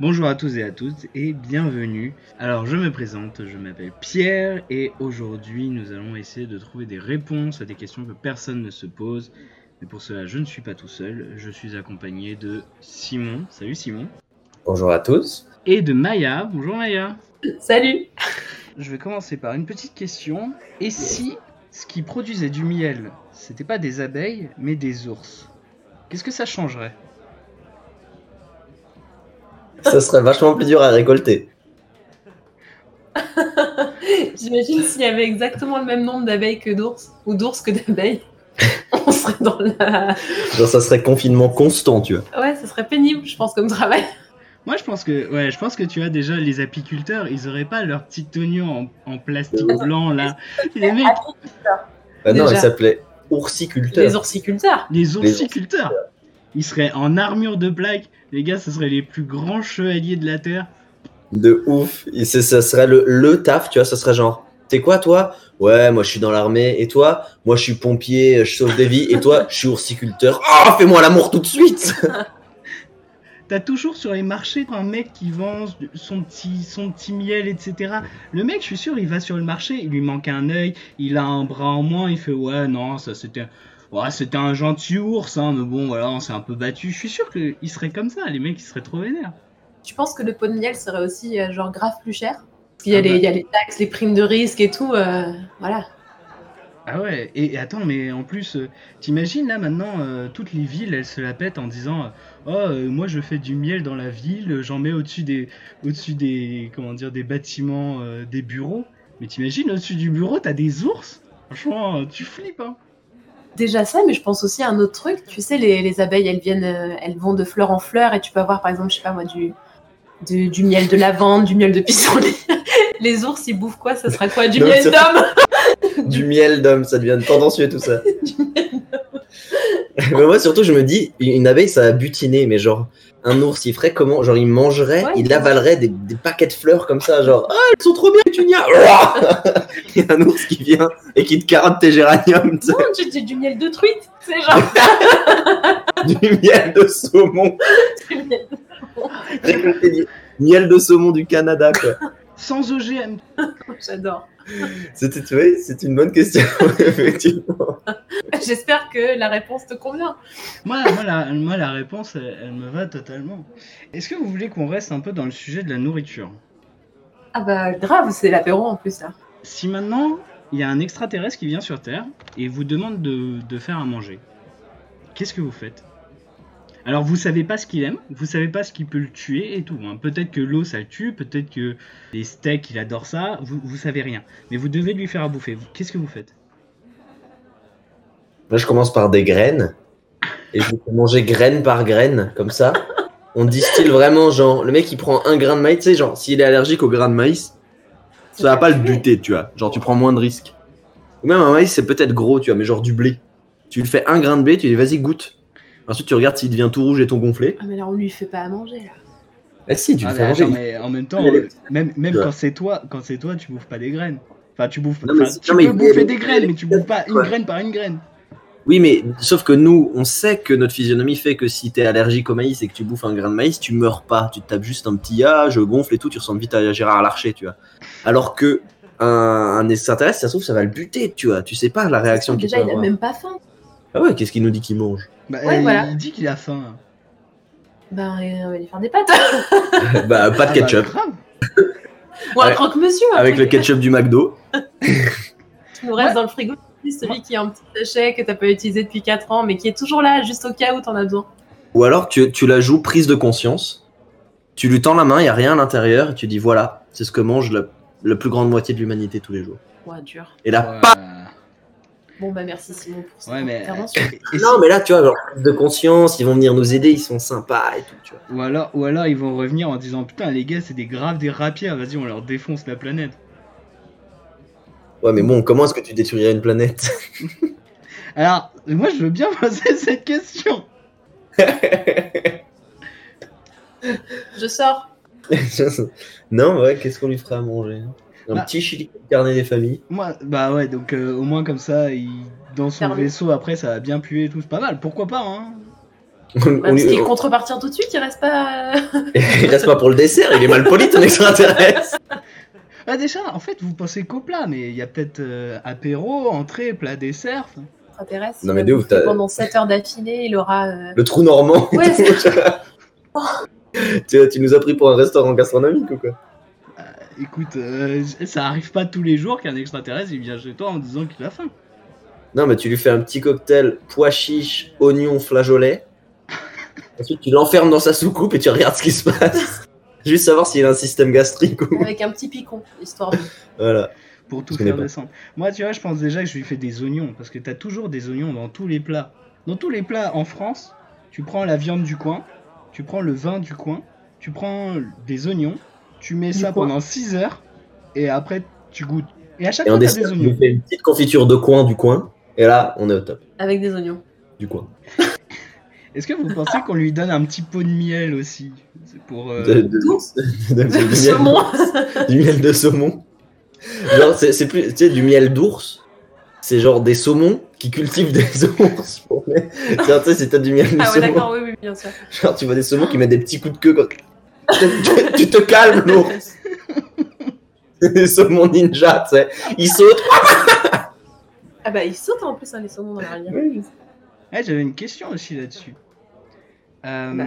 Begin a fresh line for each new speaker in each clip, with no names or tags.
Bonjour à tous et à toutes et bienvenue. Alors je me présente, je m'appelle Pierre et aujourd'hui nous allons essayer de trouver des réponses à des questions que personne ne se pose. Mais pour cela je ne suis pas tout seul, je suis accompagné de Simon. Salut Simon.
Bonjour à tous.
Et de Maya. Bonjour Maya.
Salut
Je vais commencer par une petite question. Et si ce qui produisait du miel, c'était pas des abeilles mais des ours Qu'est-ce que ça changerait
Ça serait vachement plus dur à récolter.
J'imagine s'il y avait exactement le même nombre d'abeilles que d'ours, ou d'ours que d'abeilles, on serait dans la...
Genre, ça serait confinement constant, tu vois.
Ouais, ce serait pénible, je pense, comme travail.
Moi, je pense que, ouais, je pense que tu as déjà les apiculteurs, ils auraient pas leur petit oignon en, en plastique
Attends,
blanc là. Les mecs,
Ah non,
Déjà.
il s'appelait oursiculteur.
Les oursiculteurs
les oursiculteurs, ils seraient en armure de plaque. Les gars, ce seraient les plus grands chevaliers de la terre.
De ouf. Et c'est- ça serait le, le taf, tu vois. Ça serait genre, t'es quoi, toi Ouais, moi, je suis dans l'armée. Et toi Moi, je suis pompier, je sauve des vies. Et toi Je suis oursiculteur. Oh, fais-moi l'amour tout de suite
T'as toujours sur les marchés un mec qui vend son petit, son petit miel, etc. Le mec, je suis sûr, il va sur le marché, il lui manque un œil, il a un bras en moins, il fait ouais, non, ça c'était. Ouais, c'était un gentil ours, hein, mais bon, voilà, on s'est un peu battu. Je suis sûr qu'il serait comme ça, les mecs, ils seraient trop vénères.
Tu penses que le pot de miel serait aussi, euh, genre, grave plus cher Parce qu'il y, a
Ah
les-
bah.
il y a les taxes, les primes de risque et tout, euh, voilà.
Ah ouais, et et attends, mais en plus, euh, t'imagines là maintenant, euh, toutes les villes, elles se la pètent en disant euh, Oh, euh, moi je fais du miel dans la ville, euh, j'en mets au-dessus des, au-dessus des, comment dire, des bâtiments, euh, des bureaux. Mais t'imagines, au-dessus du bureau, t'as des ours Franchement, euh, tu flippes, hein
Déjà ça, mais je pense aussi à un autre truc. Tu sais, les, les abeilles, elles viennent, euh, elles vont de fleur en fleur et tu peux avoir, par exemple, je sais pas moi, du, du, du miel de lavande, du miel de pissenlit. les ours, ils bouffent quoi Ça sera quoi Du
Non,
miel
c'est-
d'homme
Du miel d'homme, ça devient tendancieux, tout ça. mais moi, surtout, je me dis, une abeille, ça a butiné. Mais genre, un ours, il ferait comment Genre, il mangerait,
Ouais,
il
c'est ça.
avalerait des, des paquets de fleurs comme ça. Genre, ah, elles sont trop bien, tu n'y Il y a un ours qui vient et qui te carotte tes géraniums. tu sais.
Non, tu dis du miel de truite. C'est genre
du miel de saumon.
du miel.
Récolter du miel de saumon du Canada, quoi.
Sans OGM
J'adore.
C'était, tu vois, c'est une bonne question, effectivement.
J'espère que la réponse te convient.
moi, la- moi, la, moi, la réponse, elle, elle me va totalement. Est-ce que vous voulez qu'on reste un peu dans le sujet de la nourriture
Ah bah grave, c'est l'apéro en plus là.
Si maintenant, il y a un extraterrestre qui vient sur Terre et vous demande de, de faire à manger, qu'est-ce que vous faites Alors, vous savez pas ce qu'il aime, vous savez pas ce qui peut le tuer et tout. hein. Peut-être que l'eau, ça le tue, peut-être que les steaks, il adore ça, vous, vous savez rien. Mais vous devez lui faire à bouffer. Vous- Qu'est-ce que vous faites
Là, je commence par des graines. Et je vais manger graine par graine, comme ça. On distille vraiment, genre, le mec il prend un grain de maïs, tu sais, genre, s'il est allergique au grain de maïs, ça va pas le buter, tu vois. Genre, tu prends moins de risques. Ou même un maïs, c'est peut-être gros, tu vois, mais genre du blé. Tu lui fais un grain de blé, tu lui dis vas-y, goûte. Ensuite, tu regardes s'il devient tout rouge et tout gonflé.
Ah mais là on lui fait pas à manger là.
Ah si, tu lui
Ah,
fais
mais
manger.
attends, mais en même temps,
Il y a
euh, même, même
Ouais.
quand c'est toi, quand c'est toi, tu bouffes pas des graines. Enfin, tu bouffes.
Non, mais
enfin,
c'est-
tu
non, mais
peux
il y a
bouffer
les-
des graines, mais tu bouffes pas une
Ouais.
graine par une graine.
Oui, mais sauf que nous, on sait que notre physionomie fait que si t'es allergique au maïs et que tu bouffes un grain de maïs, tu meurs pas. Tu te tapes juste un petit ah, je gonfle et tout, tu ressembles vite à Gérard Larcher, tu vois. Alors que un, un extraterrestre, ça se trouve, ça va le buter, tu vois. Tu sais pas la réaction qu'il peut
Déjà il a
avoir.
même pas faim.
Ah ouais, qu'est-ce qu'il nous dit qu'il mange
Bah,
Ouais,
euh,
voilà.
Il dit qu'il a faim.
Ben euh, on va lui faire des pâtes.
Bah, pas
Ah,
de
bah,
ketchup.
grave.
Ou un
Avec-
croque-monsieur. un
Avec le
truc
ketchup du McDo.
qui nous reste dans le frigo. Celui qui est un petit sachet que t'as pas utilisé depuis 4 ans mais qui est toujours là juste au cas où t'en as besoin.
Ou alors tu, tu la joues prise de conscience. Tu lui tends la main, il y a rien à l'intérieur, et tu dis voilà, c'est ce que mange la, la plus grande moitié de l'humanité tous les jours.
Ouais dur.
Et là,
Ouais.
Bon bah merci Simon pour cette
Ouais, mais-
intervention.
Et si-
Non, mais là, tu vois, genre, prise de conscience, ils vont venir nous aider, ils sont sympas et tout, tu vois.
Ou alors, ou alors ils vont revenir en disant putain les gars c'est des graves des rapières, vas-y on leur défonce la planète.
Ouais, mais bon, comment est-ce que tu détruirais une planète
Alors moi je veux bien poser cette question.
Je sors.
Non, ouais, qu'est-ce qu'on lui ferait à manger Un
Bah.
petit chili con carne des familles.
Moi bah ouais donc euh, au moins comme ça il- dans son
Fermé.
vaisseau après ça va bien puer et tout c'est pas mal pourquoi pas hein.
On- on-
Bah, Parce qu'il
on-
contrepartir tout de suite, il reste pas. euh,
il reste pas pour le dessert, il est mal poli ton extraterrestre.
Ah déjà, en fait, vous pensez qu'au plat, mais il y a peut-être euh, apéro, entrée, plat, dessert. enfin.
Intéresse.
Non, mais de ouf, t'as-
Pendant 7 heures d'affilée, il aura. euh,
Le trou normand. et
Ouais,
tout, tu vois. tu, tu nous as pris pour un restaurant gastronomique ou quoi
Écoute, euh, ça arrive pas tous les jours qu'un extraterrestre il vient chez toi en disant qu'il a faim.
Non, mais tu lui fais un petit cocktail pois chiche, oignon, flageolet. Ensuite, tu l'enfermes dans sa soucoupe et tu regardes ce qui se passe. Juste savoir s'il a un système gastrique ou.
Avec un petit picon, histoire de.
Voilà.
pour tout
Je connais
faire
pas.
descendre. Moi, tu vois, je pense déjà que je lui fais des oignons, parce que t'as toujours des oignons dans tous les plats. Dans tous les plats en France, tu prends la viande du coin, tu prends le vin du coin, tu prends des oignons, tu mets
Du
ça
coin.
pendant 6 heures, et après, tu goûtes. Et à chaque
Et en
fois, t'as des
dessert, tu lui
oignons.
fais une petite confiture de coin du coin. Et là, on est au top.
Avec des oignons.
Du coin.
Est-ce que vous pensez qu'on lui donne un petit pot de miel aussi C'est pour... euh,
De- de-
d'ours
de- de- de-
Le
du
saumon.
miel- Du miel de saumon. Genre, c'est c'est plus. Tu sais, du miel d'ours. C'est genre des saumons qui cultivent des ours. pour mettre- Tiens, tu sais, c'est t'as du miel de
Ah ouais,
saumon.
d'accord, oui, oui, bien sûr.
Genre, tu vois des saumons qui mettent des petits coups de queue quand. tu, tu te calmes, l'ours! C'est des saumons ninja, tu sais. Ils sautent.
Ah bah, ils sautent en plus, hein, les saumons dans la rivière.
Ah, j'avais une question aussi là-dessus. Euh,
Bah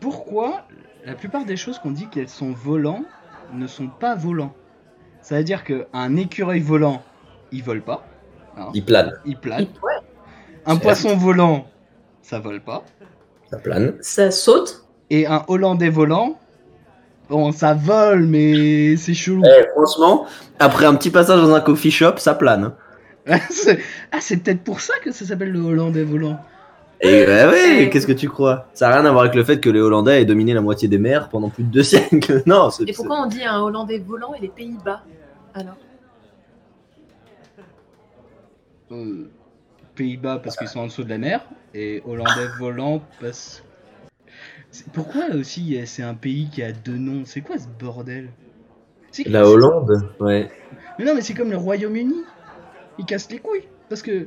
Pourquoi la plupart des choses qu'on dit qu'elles sont volants ne sont pas volants Ça veut dire qu'un écureuil volant, il vole pas,
Ils planent.
il plane.
Ils- ouais,
Un poisson volant, ça vole pas.
Ça plane.
Ça saute.
Et un Hollandais volant, bon, ça vole, mais c'est chelou.
Eh, franchement, après un petit passage dans un coffee shop, ça plane.
C'est- ah, c'est peut-être pour ça que ça s'appelle le Hollandais volant.
Et bah ouais, ouais,
Eh.
qu'est-ce que tu crois? Ça n'a rien à voir avec le fait que les Hollandais aient dominé la moitié des mers pendant plus de deux siècles. Non, c'est.
Et pourquoi on dit un Hollandais volant et les Pays-Bas Alors,
Euh, Pays-Bas parce qu'ils sont en dessous de la mer et Hollandais volant parce. C'est- Pourquoi aussi euh, c'est un pays qui a deux noms C'est quoi ce bordel C'est-
c'est- La Hollande? Ouais.
Mais non, mais c'est comme le Royaume-Uni. Ils cassent les couilles parce que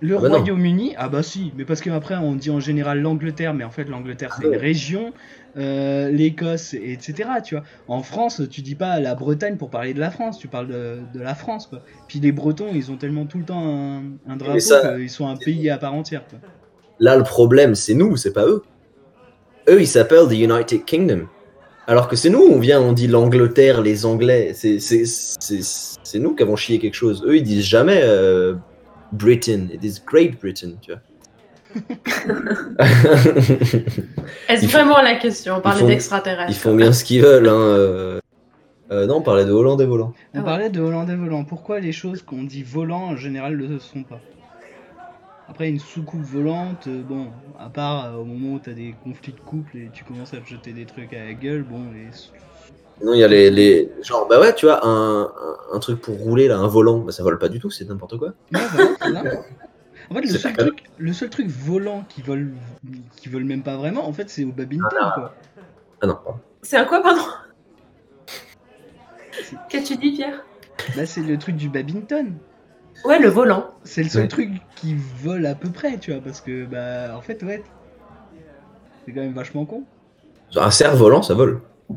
le
Ah bah non.
Royaume-Uni, ah bah si, mais parce qu'après on dit en général l'Angleterre, mais en fait l'Angleterre c'est
Ah ouais.
une région, euh, l'Écosse, et- etc. Tu vois. En France, tu dis pas la Bretagne pour parler de la France, tu parles de, de la France. Quoi. Puis les Bretons, ils ont tellement tout le temps un, un drapeau
ça-
qu'ils sont un pays à part entière. quoi.
Là, le problème, c'est nous, c'est pas eux. Eux, ils s'appellent the United Kingdom. Alors que c'est nous, on vient, on dit l'Angleterre, les Anglais. C'est- C'est c'est- c'est nous qui avons chié quelque chose. Eux, ils disent jamais euh, Britain. Ils disent Great Britain, tu vois.
est-ce
Ils font-
vraiment la question On parlait
font-
d'extraterrestres.
ils font bien ce qu'ils veulent. Hein. euh. Euh, non, on parlait de Hollande et volant.
On
Ah ouais.
parlait de Hollandais volant. Pourquoi les choses qu'on dit volant en général ne le sont pas Après, une soucoupe volante, euh, bon, à part euh, au moment où t'as des conflits de couple et tu commences à te jeter des trucs à la gueule, bon, les...
Non, il y a les, les- Genre, bah ouais, tu vois, un, un- un truc pour rouler, là, un volant, bah ça vole pas du tout, c'est n'importe quoi.
Ouais, voilà, c'est ça. En fait, le
C'est
seul,
pas
truc, le seul truc volant qui vole, qui vole même pas vraiment, en fait, c'est au badminton, quoi.
Ah non, pardon.
C'est un quoi, pardon Qu'as-tu dit, Pierre
Là, Bah, c'est le truc du badminton.
Ouais, le volant.
C'est le seul
Ouais.
truc qui vole à peu près, tu vois, parce que, bah, en fait, ouais, c'est quand même vachement con.
Un cerf-volant, ça vole.
Bah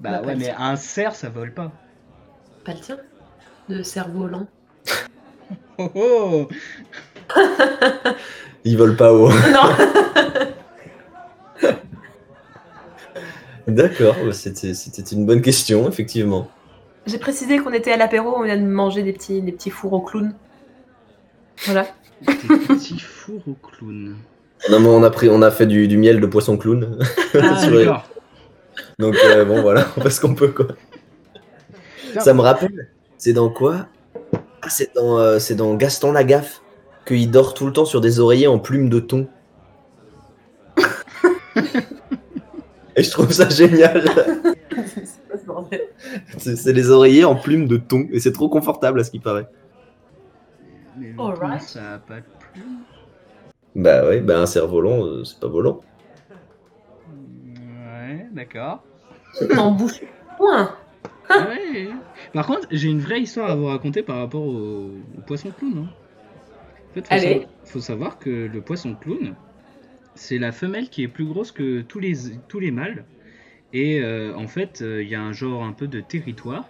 Bah,
ouais,
pas
mais un cerf, ça vole pas.
Pas le tien Le cerf-volant.
Oh oh
Ils volent pas haut.
non
D'accord, bah, c'était c'était une bonne question, effectivement.
J'ai précisé qu'on était à l'apéro, on vient de manger des petits, des petits fours au clown. Voilà.
Des petits fours au clown.
Non, mais on a, pris, on a fait du, du miel de poisson clown.
Ah,
C'est vrai.
d'accord.
Donc, euh, bon, voilà, on fait ce qu'on peut, quoi. Ça me rappelle, c'est dans quoi Ah, c'est dans, euh, c'est dans Gaston Lagaffe, qu'il dort tout le temps sur des oreillers en plumes de thon. Et je trouve ça génial.
C'est quoi ce bordel
C'est c'est des oreillers en plumes de thon, et c'est trop confortable à ce qu'il paraît.
Mais le
Alright.
clown, ça a pas de plume.
Bah ouais, bah un cerf-volant, euh, c'est pas volant.
Ouais, d'accord.
Non, bouche. Point.
Ouais. Par contre, j'ai une vraie histoire à vous raconter par rapport au, au poisson clown. hein. En fait, faut,
Allez.
savoir, faut savoir que le poisson clown, c'est la femelle qui est plus grosse que tous les, tous les mâles. Et euh, en fait, il y a un genre un peu de territoire.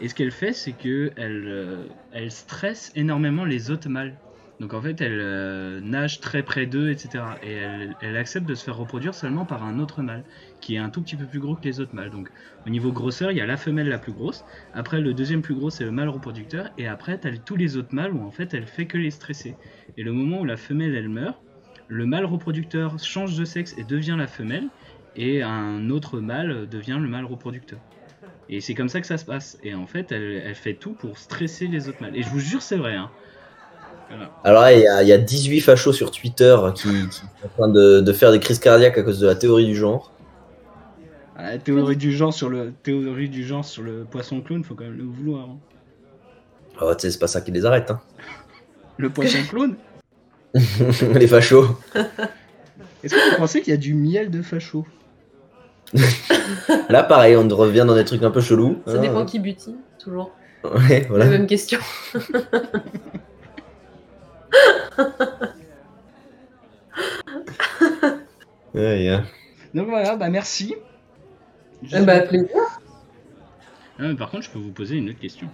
Et ce qu'elle fait, c'est que elle, euh, elle stresse énormément les autres mâles. Donc en fait, elle euh, nage très près d'eux, etc. Et elle, elle accepte de se faire reproduire seulement par un autre mâle, qui est un tout petit peu plus gros que les autres mâles. Donc au niveau grosseur, il y a la femelle la plus grosse. Après, le deuxième plus gros, c'est le mâle reproducteur. Et après, t'as tous les autres mâles où en fait, elle fait que les stresser. Et le moment où la femelle, elle meurt, le mâle reproducteur change de sexe et devient la femelle. Et un autre mâle devient le mâle reproducteur. Et c'est comme ça que ça se passe. Et en fait, elle, elle fait tout pour stresser les autres mâles. Et je vous jure, c'est vrai. hein. Voilà.
Alors là, il y a- il y, a 18 fachos sur Twitter qui, qui sont en train de, de faire des crises cardiaques à cause de la théorie du genre.
Ah, La théorie du genre sur le théorie du genre sur le poisson clown, faut quand même le vouloir. hein.
Oh, tu sais, c'est pas ça qui les arrête, hein.
Le poisson clown
les fachos.
Est-ce que vous pensez qu'il y a du miel de facho
Là, pareil, on revient dans des trucs un peu chelous.
Ça
hein.
dépend qui butine, toujours.
Ouais, voilà.
La même question.
Ouais, yeah.
Donc voilà, bah merci. Je-
Eh
ben,
bah, plaisir.
Ah, mais par contre, je peux vous poser une autre question.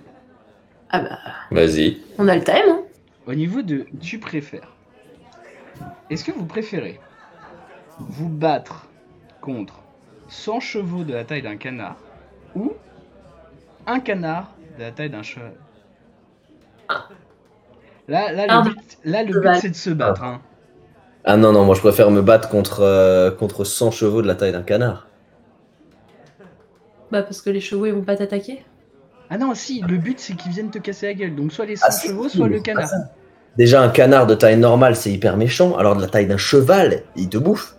Ah bah,
Vas-y.
on a le time. hein.
Au niveau de tu préfères, est-ce que vous préférez vous battre contre 100 chevaux de la taille d'un canard ou un canard de la taille d'un cheval Là, là, le
Pardon.
but, là, le but
Cheval.
c'est de se battre. hein.
Ah non, non, moi je préfère me battre contre, euh, contre 100 chevaux de la taille d'un canard.
Bah, parce que les chevaux, ils vont pas t'attaquer.
Ah non, si, le but c'est qu'ils viennent te casser la gueule. Donc soit les 100
Ah, c'est
chevaux,
cool,
soit le
c'est
canard.
pas Déjà, un canard de taille normale, c'est hyper méchant, alors de la taille d'un cheval, il te bouffe.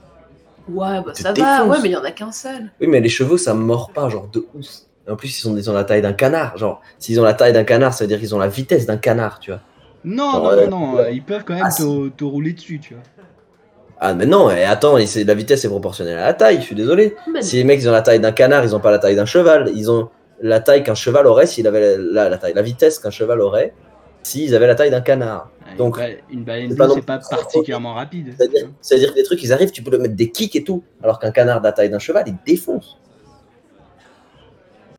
Ouais, bah
Tu
ça va,
défonces.
ouais, mais il y en a qu'un seul.
Oui, mais les chevaux, ça mord pas, genre de ouf. En plus, ils ont, ils ont la taille d'un canard. Genre, s'ils ont la taille d'un canard, ça veut dire qu'ils ont la vitesse d'un canard, tu vois.
Non, non,
Ouais,
non, non,
ouais.
ils peuvent quand même
Ah,
te, te rouler dessus, tu vois.
Ah, mais non, et attends, et c'est- la vitesse est proportionnelle à la taille, je suis désolé.
Mais
Si les mecs, ils ont la taille d'un canard, ils ont pas la taille d'un cheval. Ils ont la taille qu'un cheval aurait s'il avait la, la- la taille, la vitesse qu'un cheval aurait s'ils avaient la taille d'un canard.
Ah, une
Donc,
ba- une baleine
c'est pas
bleue,
non
c'est pas
plus trop
particulièrement rapide.
C'est-à-dire, c'est-à-dire que des trucs, ils arrivent, tu peux leur mettre des kicks et tout, alors qu'un canard de la taille d'un cheval, il défonce.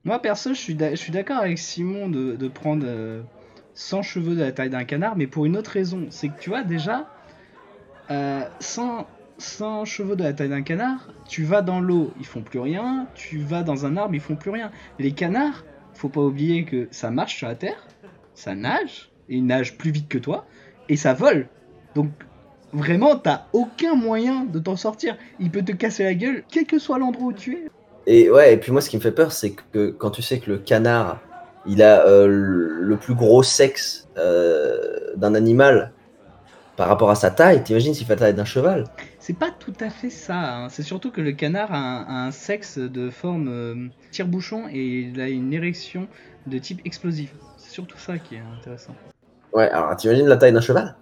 Moi perso, je suis d'a- je suis d'accord avec Simon de, de prendre euh, 100 cheveux de la taille d'un canard, mais pour une autre raison. C'est que tu vois, déjà, euh, 100, 100 cheveux de la taille d'un canard, tu vas dans l'eau, ils font plus rien, tu vas dans un arbre, ils font plus rien. Les canards, faut pas oublier que ça marche sur la terre, ça nage, et ils nagent plus vite que toi, et ça vole. Donc. Vraiment, t'as aucun moyen de t'en sortir. Il peut te casser la gueule, quel que soit l'endroit où tu es.
Et ouais, et puis moi, ce qui me fait peur, c'est que quand tu sais que le canard, il a euh, le plus gros sexe euh, d'un animal par rapport à sa taille, t'imagines s'il fait la taille d'un cheval
C'est pas tout à fait ça. hein. C'est surtout que le canard a un, a un sexe de forme euh, tire-bouchon et il a une érection de type explosif. C'est surtout ça qui est intéressant.
Ouais, alors t'imagines la taille d'un cheval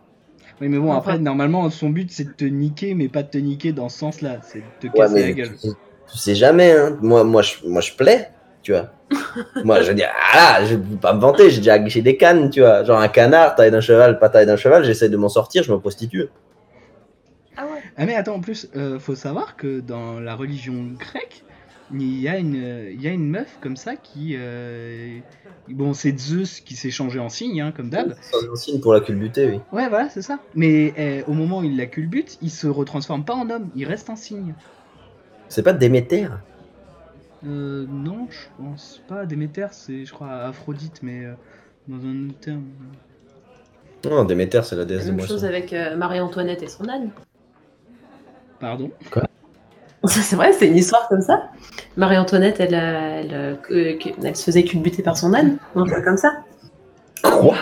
Oui, mais bon,
Enfin.
après, normalement, son but c'est de te niquer, mais pas de te niquer dans ce sens-là. C'est de te
Ouais,
casser la
mais tu,
gueule.
tu sais jamais, hein. Moi, moi, je, moi, je plais, tu vois. moi, je dis, ah là, je peux pas me vanter, j'ai déjà aguiché des cannes, tu vois. Genre un canard, taille d'un cheval, pas taille d'un cheval, j'essaie de m'en sortir, je me prostitue.
Ah ouais.
Ah, mais attends, en plus, euh, faut savoir que dans la religion grecque, il y a une, euh, il y a une meuf comme ça qui. euh, Bon, c'est Zeus qui s'est changé en signe, hein,
Ah
comme
bah.
d'hab.
C'est un signe pour la culbuter, oui.
Ouais, voilà, c'est ça. Mais euh, au moment où il la culbute, il se retransforme pas en homme, il reste en signe.
C'est pas Déméter
Euh, non, je pense pas. Déméter, c'est, je crois, Aphrodite, mais euh, dans un autre terme.
Non, Déméter, c'est la
La
déesse des
même chose
moissons.
avec euh, Marie-Antoinette et son âne.
Pardon
Ça, C'est vrai, c'est une histoire comme ça. Marie-Antoinette, elle, euh, elle, euh, que- que- elle se faisait culbuter par son âne, ou un truc comme ça.
Quoi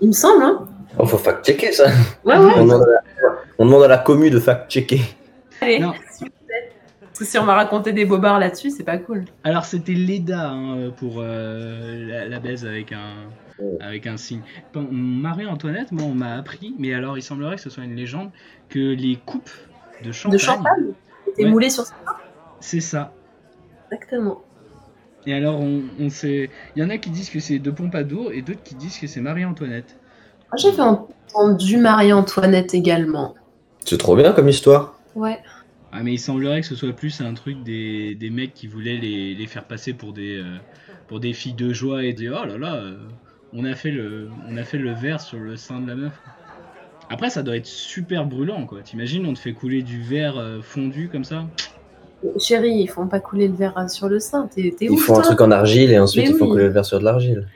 Il me semble, hein
oh, Faut fact-checker ça.
Ouais, ouais.
On demande, à la, on demande à la commu de fact-checker.
Allez,
Non.
s'il vous plaît. Parce que si on m'a raconté des bobards là-dessus, c'est pas cool.
Alors, c'était Leda hein, pour euh, la, la baise avec un,
Ouais.
avec un signe. Bon, Marie-Antoinette, moi, on m'a appris, mais alors il semblerait que ce soit une légende, que les coupes de champagne.
De champagne T'es
Ouais.
moulé sur ça
C'est ça.
Exactement.
Et alors, on, on sait. Il y en a qui disent que c'est de Pompadour et d'autres qui disent que c'est Marie-Antoinette.
Moi, j'avais entendu Marie-Antoinette également.
C'est trop bien comme histoire.
Ouais.
Ah, mais il semblerait que ce soit plus un truc des, des mecs qui voulaient les, les faire passer pour des, euh, pour des filles de joie et dire oh là là, euh, on a fait le, on a fait le verre sur le sein de la meuf. Après, ça doit être super brûlant quoi. T'imagines, on te fait couler du verre euh, fondu comme ça
Chérie, ils font pas couler le verre euh, sur le sein. T'es t'es
Ils
ouf,
font un
toi
truc en argile et ensuite
Mais
ils font
oui.
couler le verre sur de l'argile.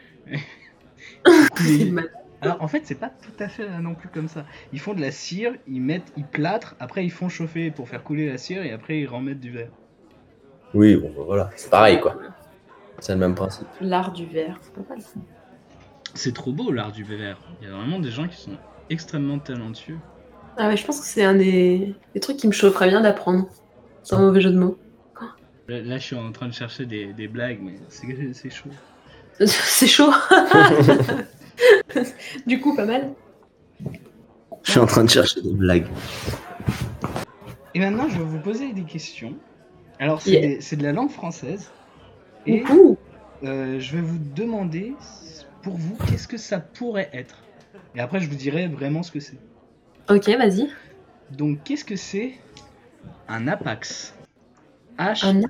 C'est mal.
Alors en fait, c'est pas tout à fait là non plus comme ça. Ils font de la cire, ils mettent, ils plâtrent, après ils font chauffer pour faire couler la cire et après ils remettent du verre.
Oui, bon, bah, voilà, c'est pareil quoi. C'est le même principe.
L'art du verre, c'est pas mal. ça.
C'est trop beau l'art du verre. Il y a vraiment des gens qui sont extrêmement talentueux.
Ah ouais, je pense que c'est un des... des trucs qui me chaufferait bien d'apprendre. C'est un mauvais jeu de mots.
Là, là, je suis en train de chercher des, des blagues, mais c'est c'est chaud.
C'est chaud. du coup, pas mal.
Je suis en train de chercher des blagues.
Et maintenant, je vais vous poser des questions. Alors, c'est
Yeah.
des- c'est de la langue française. Et
Ouh.
euh, je vais vous demander, pour vous, qu'est-ce que ça pourrait être Et après, je vous dirai vraiment ce que c'est.
Ok, vas-y.
Donc, qu'est-ce que c'est un apax H,
Un
H,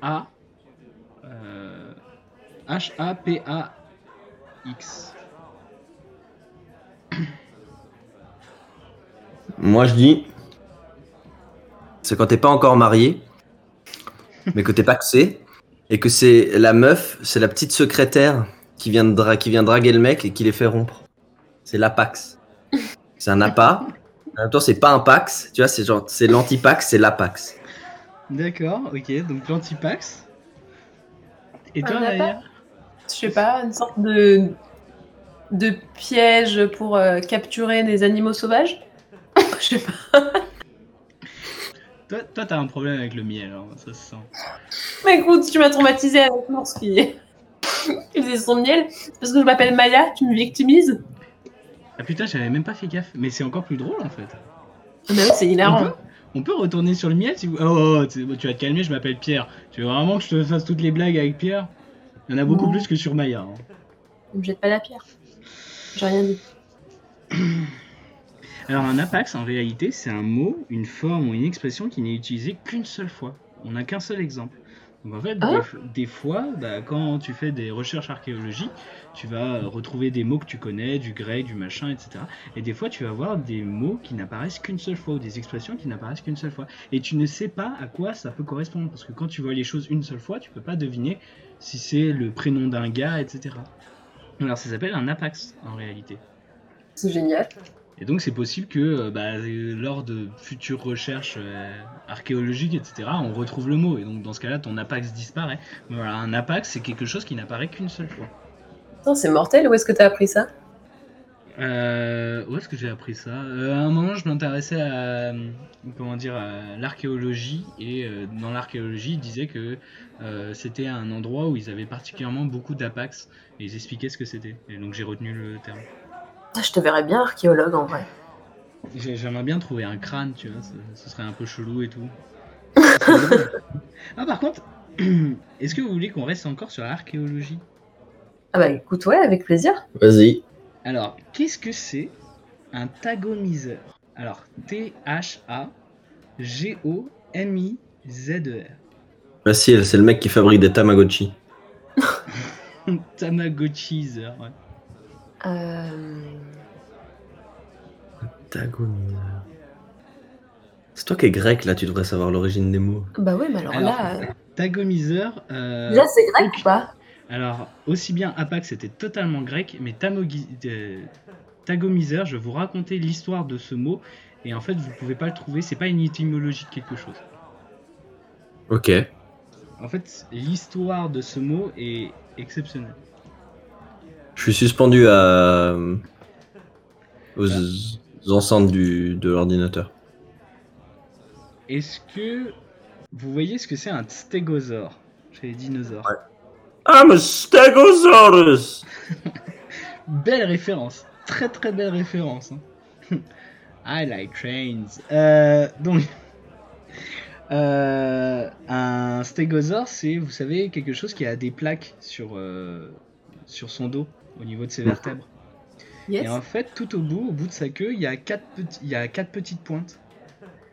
A, euh, H, A, P, A, X.
Moi je dis. C'est quand t'es pas encore marié, mais que t'es paxé, et que c'est la meuf, c'est la petite secrétaire qui vient, de dra- qui vient draguer le mec et qui les fait rompre. C'est l'apax. C'est un appât. En même temps, c'est pas un pax, tu vois, c'est genre, c'est l'antipax, c'est l'apax.
D'accord, ok, donc l'antipax. Et toi,
Un
Naya
Je sais pas, une sorte de, de piège pour euh, capturer des animaux sauvages Je sais pas.
Toi, toi, t'as un problème avec le miel, hein, ça se sent.
Mais écoute, tu m'as traumatisé avec Morse qui qui faisait son miel. C'est Parce que je m'appelle Maya, tu me victimises
Ah putain, j'avais même pas fait gaffe. Mais c'est encore plus drôle en fait.
Ah bah oui, c'est
On
hilarant.
peut, on peut retourner sur le miel si vous. Oh, oh, tu tu vas te calmer, je m'appelle Pierre. Tu veux vraiment que je te fasse toutes les blagues avec Pierre Il y en a beaucoup
Non.
plus que sur Maya. hein.
Ne me jette pas la pierre. J'ai rien dit.
Alors, un apax en réalité, c'est un mot, une forme ou une expression qui n'est utilisée qu'une seule fois. On n'a qu'un seul exemple. Donc en fait, des-
Ah.
des, fois, bah, quand tu fais des recherches archéologiques, tu vas retrouver des mots que tu connais, du grec, du machin, etc. Et des fois, tu vas voir des mots qui n'apparaissent qu'une seule fois ou des expressions qui n'apparaissent qu'une seule fois. Et tu ne sais pas à quoi ça peut correspondre. Parce que quand tu vois les choses une seule fois, tu peux pas deviner si c'est le prénom d'un gars, etc. Alors, ça s'appelle un apax en réalité.
C'est génial.
Et donc c'est possible que euh, bah, euh, lors de futures recherches euh, archéologiques, etc., on retrouve le mot. Et donc dans ce cas-là, ton apax disparaît. Mais voilà, un apax, c'est quelque chose qui n'apparaît qu'une seule fois.
Putain, c'est mortel, où est-ce que t'as appris ça
Euh, où est-ce que j'ai appris ça Euh, À un moment, je m'intéressais à euh, comment dire à l'archéologie et euh, dans l'archéologie, ils disaient que euh, c'était un endroit où ils avaient particulièrement beaucoup d'apax et ils expliquaient ce que c'était. Et donc j'ai retenu le terme.
Ah, Je te verrais bien archéologue en vrai.
J'ai- J'aimerais bien trouver un crâne, tu vois, ce, ce serait un peu chelou et tout. Ce serait drôle. ah, par contre, est-ce que vous voulez qu'on reste encore sur l'archéologie
Ah bah écoute, ouais, avec plaisir.
Vas-y.
Alors, qu'est-ce que c'est un tagomiseur Alors, T-H-A-G-O-M-I-Z-E-R.
Facile, Ah, c'est le mec qui fabrique des Tamagotchi.
Tamagotchiseur, ouais.
Euh...
Tagoniseur. C'est toi qui es grec là, tu devrais savoir l'origine des mots.
Bah ouais, mais alors, là... euh,
Tagomiseur. euh,
Là, c'est grec ou pas
Alors, aussi bien Apax était totalement grec, mais tamogi- euh, tagomiseur, je vais vous raconter l'histoire de ce mot, et en fait, vous pouvez pas le trouver, c'est pas une étymologie de quelque chose.
Ok.
En fait, l'histoire de ce mot est exceptionnelle.
Je suis suspendu à... euh, aux aux enceintes du... de l'ordinateur.
Est-ce que vous voyez ce que c'est un stégosaure chez les dinosaures
I'm a Stegosaurus!
Belle référence, très très belle référence. hein. I like trains. Euh, donc, euh, un stégosaure, c'est, vous savez, quelque chose qui a des plaques sur, euh, sur son dos, au niveau de ses vertèbres. Et
Yes.
en fait, tout au bout, au bout de sa queue, il y a quatre, petits- il y a quatre petites pointes.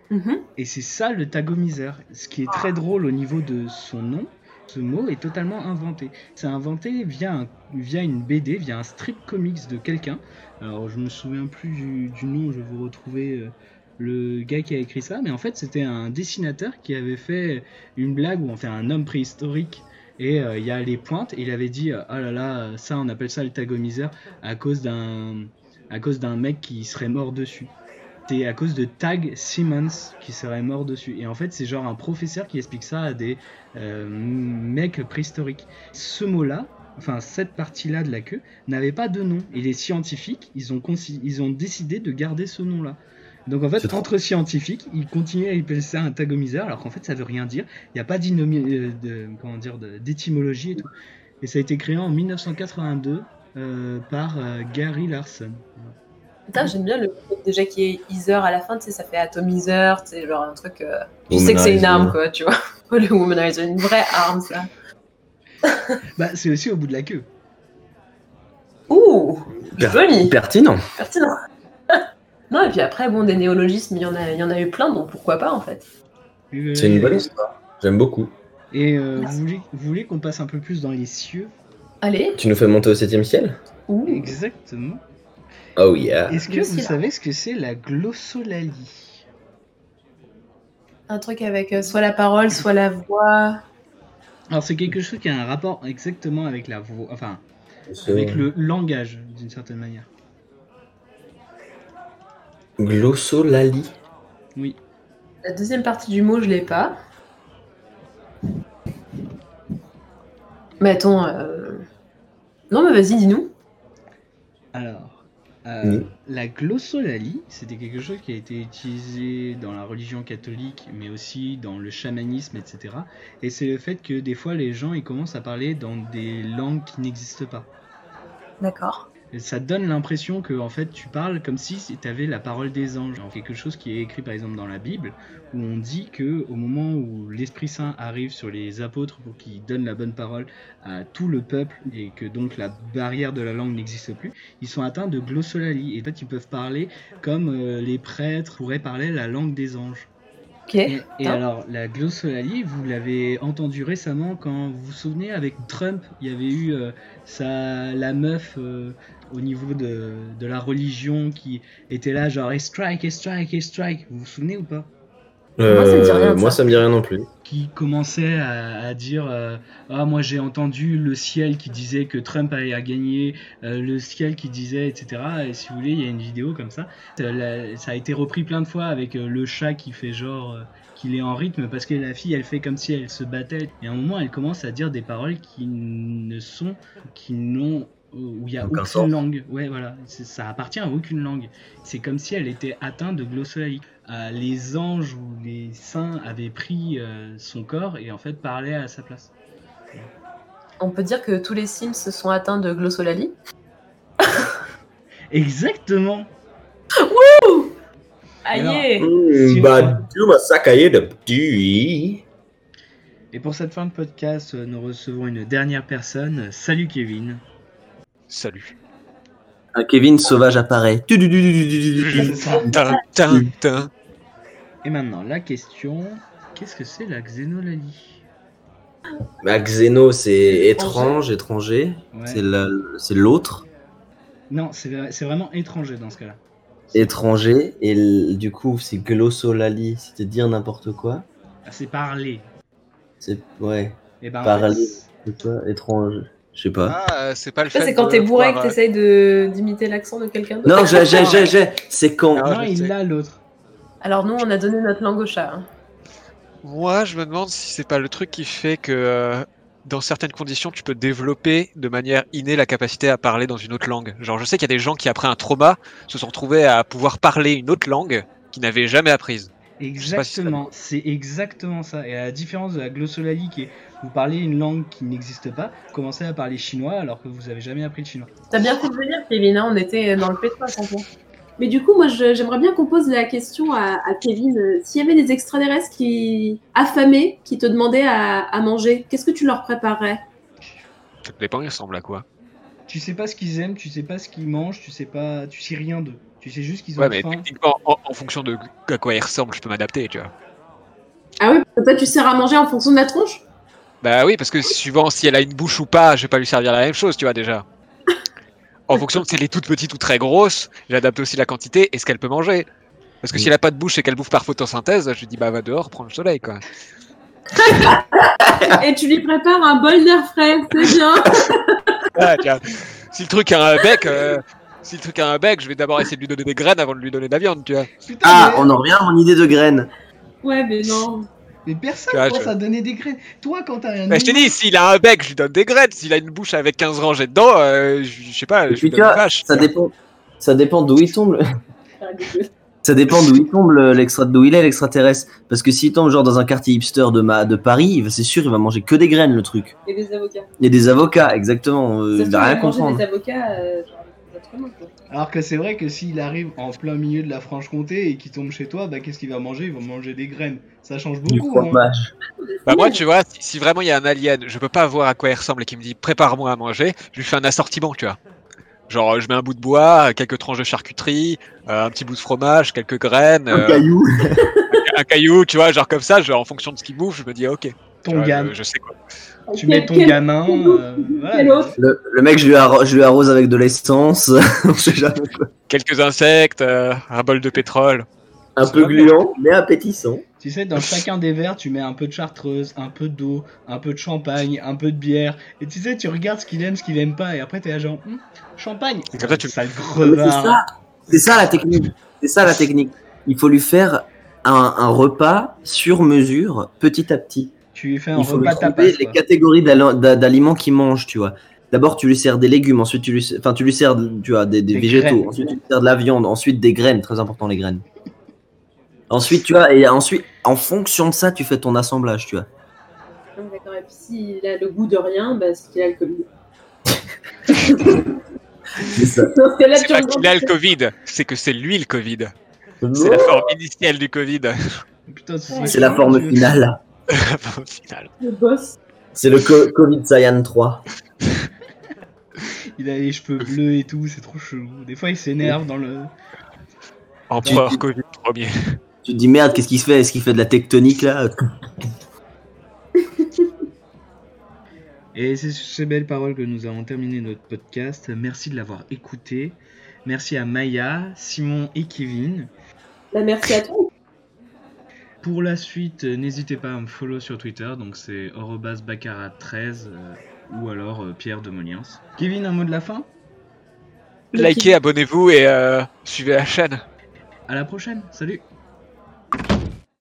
Mhm.
Et c'est ça le tagomiseur. Ce qui est très drôle au niveau de son nom, ce mot est totalement inventé. C'est inventé via, un- via une BD, via un strip comics de quelqu'un. Alors je me souviens plus du, du nom, je vais vous retrouver euh, le gars qui a écrit ça, mais en fait c'était un dessinateur qui avait fait une blague où on fait un homme préhistorique. Et euh, il y a les pointes, et il avait dit euh, Ah là là, ça on appelle ça le tagomiseur à cause d'un à cause d'un mec qui serait mort dessus. C'est à cause de Tag Simmons qui serait mort dessus. Et en fait, c'est genre un professeur qui explique ça à des euh, mecs préhistoriques. Ce mot-là, enfin cette partie-là de la queue, n'avait pas de nom. Et les scientifiques, ils ont, consi- ils ont décidé de garder ce nom-là. Donc en
C'est
fait,
trop-
entre scientifiques, ils continuent à appeler ça un tagomiseur, alors qu'en fait, ça veut rien dire. Il n'y a pas d'inomi- euh, de- comment dire, de- d'étymologie et tout. Et ça a été créé en 1982 euh, par euh, Gary Larson.
Putain, j'aime bien le fait déjà qu'il y ait Easer à la fin, tu sais, ça fait atomiseur, tu sais, genre un truc. euh, Tu sais que c'est une
Womanizer.
arme, quoi, tu vois. Le womanizer, une vraie arme, ça.
Bah, c'est aussi au bout de la queue.
Ouh,
Per-
joli,
Pertinent.
pertinent. non, et puis après, bon, des néologismes, il y, en a- il y en a eu plein, donc pourquoi pas, en fait.
C'est une bonne histoire. J'aime beaucoup.
Euh, Et euh, vous voulez, vous voulez qu'on passe un peu plus dans les cieux
Allez.
Tu nous fais monter au septième ciel
Ouh.
Exactement.
Oh yeah.
Est-ce que
Je
vous
suis là.
savez ce que c'est la glossolalie
Un truc avec euh, soit la parole, soit la voix.
Alors, c'est quelque chose qui a un rapport exactement avec la voix, enfin, avec le langage, d'une certaine manière.
Glossolalie.
Oui.
La deuxième partie du mot, je l'ai pas. Mais attends. euh, Non, mais vas-y, dis-nous.
Alors, euh,
Oui.
la glossolalie, c'était quelque chose qui a été utilisé dans la religion catholique, mais aussi dans le chamanisme, etc. Et c'est le fait que des fois, les gens, ils commencent à parler dans des langues qui n'existent pas.
D'accord.
Et Ça te donne l'impression que en fait tu parles comme si tu avais la parole des anges. Genre, quelque chose qui est écrit par exemple dans la Bible où on dit que au moment où l'Esprit Saint arrive sur les apôtres pour qu'ils donnent la bonne parole à tout le peuple et que donc la barrière de la langue n'existe plus, ils sont atteints de glossolalie et peut-être ils peuvent parler comme euh, les prêtres pourraient parler la langue des anges.
Ok.
Et, et
Hein
alors la glossolalie, vous l'avez entendu récemment quand vous vous souvenez avec Trump, il y avait eu euh, sa, la meuf euh, au niveau de, de la religion qui était là genre et strike, et strike, et strike, vous vous souvenez ou pas
Moi, ça me dit rien, ça.
Euh, moi, ça me dit rien non plus.
qui commençait à, à dire euh, ah moi j'ai entendu le ciel qui disait que Trump allait gagner euh, le ciel qui disait etc et si vous voulez il y a une vidéo comme ça Euh, la- ça a été repris plein de fois avec euh, le chat qui fait genre euh, qu'il est en rythme parce que la fille elle fait comme si elle se battait et à un moment elle commence à dire des paroles qui ne sont qui n'ont euh, où il y a
Aucun
aucune
sens.
langue ouais voilà C'est- ça appartient à aucune langue c'est comme si elle était atteinte de glossolalie euh, les anges ou les saints avaient pris euh, son corps et en fait parlaient à sa place.
On peut dire que tous les Sims se sont atteints de glossolalie.
Exactement Aïe. Si-
bah, tu m'as saccagé de petit.
Et pour cette fin de podcast, euh, nous recevons une dernière personne. Salut Kevin
Salut.
Un Ah, Kevin sauvage apparaît.
Tin, tin, tin.
Et maintenant, la question qu'est-ce que c'est la xénolalie
Bah, Xeno, c'est étrange, étranger.
Ouais.
C'est la- C'est l'autre,
Non, c'est c'est vraiment étranger dans ce cas-là.
étranger. Et l- du coup, c'est glossolalie. C'était dire n'importe quoi.
Ah, C'est parler.
C'est. Ouais.
Et ben, en
Parler.
fait,
C'est toi, étrange. Je sais pas.
Ah, c'est pas le
Ça,
fait.
c'est quand
de euh,
t'es bourré que
pouvoir,
t'essayes de- d'imiter l'accent de quelqu'un d'autre.
Non, j'ai, j'ai, j'ai, j'ai. C'est quand
Ah,
non,
je
il
sais.
l'a l'autre.
Alors, nous, on a donné notre langue au chat. hein.
euh, Moi, je me demande si c'est pas le truc qui fait que euh, dans certaines conditions, tu peux développer de manière innée la capacité à parler dans une autre langue. Genre, je sais qu'il y a des gens qui, après un trauma, se sont retrouvés à pouvoir parler une autre langue qu'ils n'avaient jamais apprise. sais pas si ça-
Exactement, c'est exactement ça. Et à la différence de la glossolalie qui est vous parlez une langue qui n'existe pas, commencez à parler chinois alors que vous avez jamais appris le chinois.
T'as bien compris le dire, Kevin, hein, on était dans le pétrole, franchement.
Mais du coup, moi, je- j'aimerais bien qu'on pose la question à, à Kevin. euh, S'il y avait des extraterrestres qui affamés, qui te demandaient à, à manger, qu'est-ce que tu leur préparerais
Ça dépend, il ressemble à quoi
Tu sais pas ce qu'ils aiment, tu sais pas ce qu'ils mangent, tu sais pas, tu sais rien d'eux. Tu sais juste qu'ils ont
Ouais, mais
faim.
techniquement, en, en fonction de à quoi il ressemble, je peux m'adapter, tu vois.
Ah oui, parce que toi, tu sers à manger en fonction de la tronche
Bah oui, parce que suivant si elle a une bouche ou pas, je vais pas lui servir la même chose, tu vois déjà. En fonction de si elle est toute petite ou très grosse, j'adapte aussi la quantité et ce qu'elle peut manger. Parce que si elle a pas de bouche et qu'elle bouffe par photosynthèse, je lui dis bah va dehors, prends le soleil quoi.
Et tu lui prépares un bol d'air frais, c'est bien.
Ouais, tu vois. si le truc a un bec, euh, si le truc a un bec, je vais d'abord essayer de lui donner des graines avant de lui donner de la viande, tu vois.
Putain,
Ah,
mais,
on en revient à mon idée de graines.
Ouais, mais non.
mais personne
Tu vois,
pense
je-
à donner des graines. Toi, quand t'as rien
Bah, je te dis, s'il a un bec, je lui donne des graines. S'il a une bouche avec 15 rangées dedans, euh, je je sais pas, je
puis,
lui
tu
donne une vache.
Ça
tu vois.
dépend, ça dépend d'où il tombe. le-
T'as
Ça dépend d'où il tombe le- l'extra, d'où il est l'extraterrestre. Parce que s'il tombe genre dans un quartier hipster de, ma, de Paris, il va- c'est sûr, il va manger que des graines le truc.
Et des avocats.
Et des avocats, exactement.
Ça se
euh, il
trouve,
va rien
elle mangeait
comprendre.
Des avocats, euh, genre, autrement, quoi.
Alors que c'est vrai que s'il arrive en plein milieu de la Franche-Comté et qu'il tombe chez toi, bah qu'est-ce qu'il va manger Il va manger des graines. Ça change
Du
beaucoup. hein.
fromage.
Bah moi, tu vois, si, si vraiment il y a un alien, je peux pas voir à quoi il ressemble et qui me dit prépare-moi à manger, je lui fais un assortiment, tu vois. Genre, euh, je mets un bout de bois, euh, quelques tranches de charcuterie, euh, un petit bout de fromage, quelques graines,
Un
euh,
caillou.
un caillou, tu vois, genre comme ça, genre en fonction de ce qu'il bouffe, je me dis ok. tu
hein. Ton
vois,
gamin.
je, je sais quoi.
Tu
Quel-
mets ton
quel-
gamin.
quel autre
euh,
Quel
voilà.
autre
Le, le mec, je lui, arro- je lui arrose avec de l'essence. On sait jamais.
Quelques insectes, euh, un bol de pétrole.
Un
peu
gluant, mais appétissant.
Tu sais, dans chacun des verres, tu mets un peu de chartreuse, un peu d'eau, un peu de champagne, un peu de bière. Et tu sais, tu regardes ce qu'il aime, ce qu'il aime pas. Et après, t'es là genre, Hum, champagne.
Et comme ça, tu-
Sale
C'est
crevard.
ça, c'est ça la technique. C'est ça la technique. Il faut lui faire un, un repas sur mesure, petit à petit.
Tu lui fais un
Il faut lui
repas tapas.
trouver les
quoi.
catégories d'al- d'a- d'aliments qu'il mange, tu vois. D'abord, tu lui sers des légumes, ensuite tu lui, sers- enfin, tu lui sers tu vois, des, des
Des
végétaux,
graines.
ensuite tu lui sers de la viande, ensuite des graines, très important les graines. Ensuite, tu vois, et ensuite, en fonction de ça, tu fais ton assemblage, tu vois.
Ah, D'accord, et puis s'il a le goût de rien, bah, c'est qu'il a le Covid.
C'est ça.
Parce que là,
C'est
tu
pas
regardes-
qu'il a le Covid, c'est que c'est lui le Covid. C'est
Oh.
la forme initiale du Covid.
Putain, ce serait
C'est la
chiant,
forme
tu-
finale.
Au final.
le boss.
C'est le co- Covid Saiyan 3.
Il a les cheveux bleus et tout, c'est trop chelou. Des fois, il s'énerve dans le.
Empereur Covid premier.
Tu te dis merde, qu'est-ce qu'il se fait Est-ce qu'il fait de la tectonique là
Et c'est sur ces belles paroles que nous avons terminé notre podcast. Merci de l'avoir écouté. Merci à Maya, Simon et Kevin.
Bah, merci à toi.
Pour la suite, euh, n'hésitez pas à me follow sur Twitter, donc c'est @baccarat13 euh, ou alors euh, Pierre de Moliens. Kevin, un mot de la fin
Likez, abonnez-vous et euh, suivez la chaîne.
À la prochaine. Salut.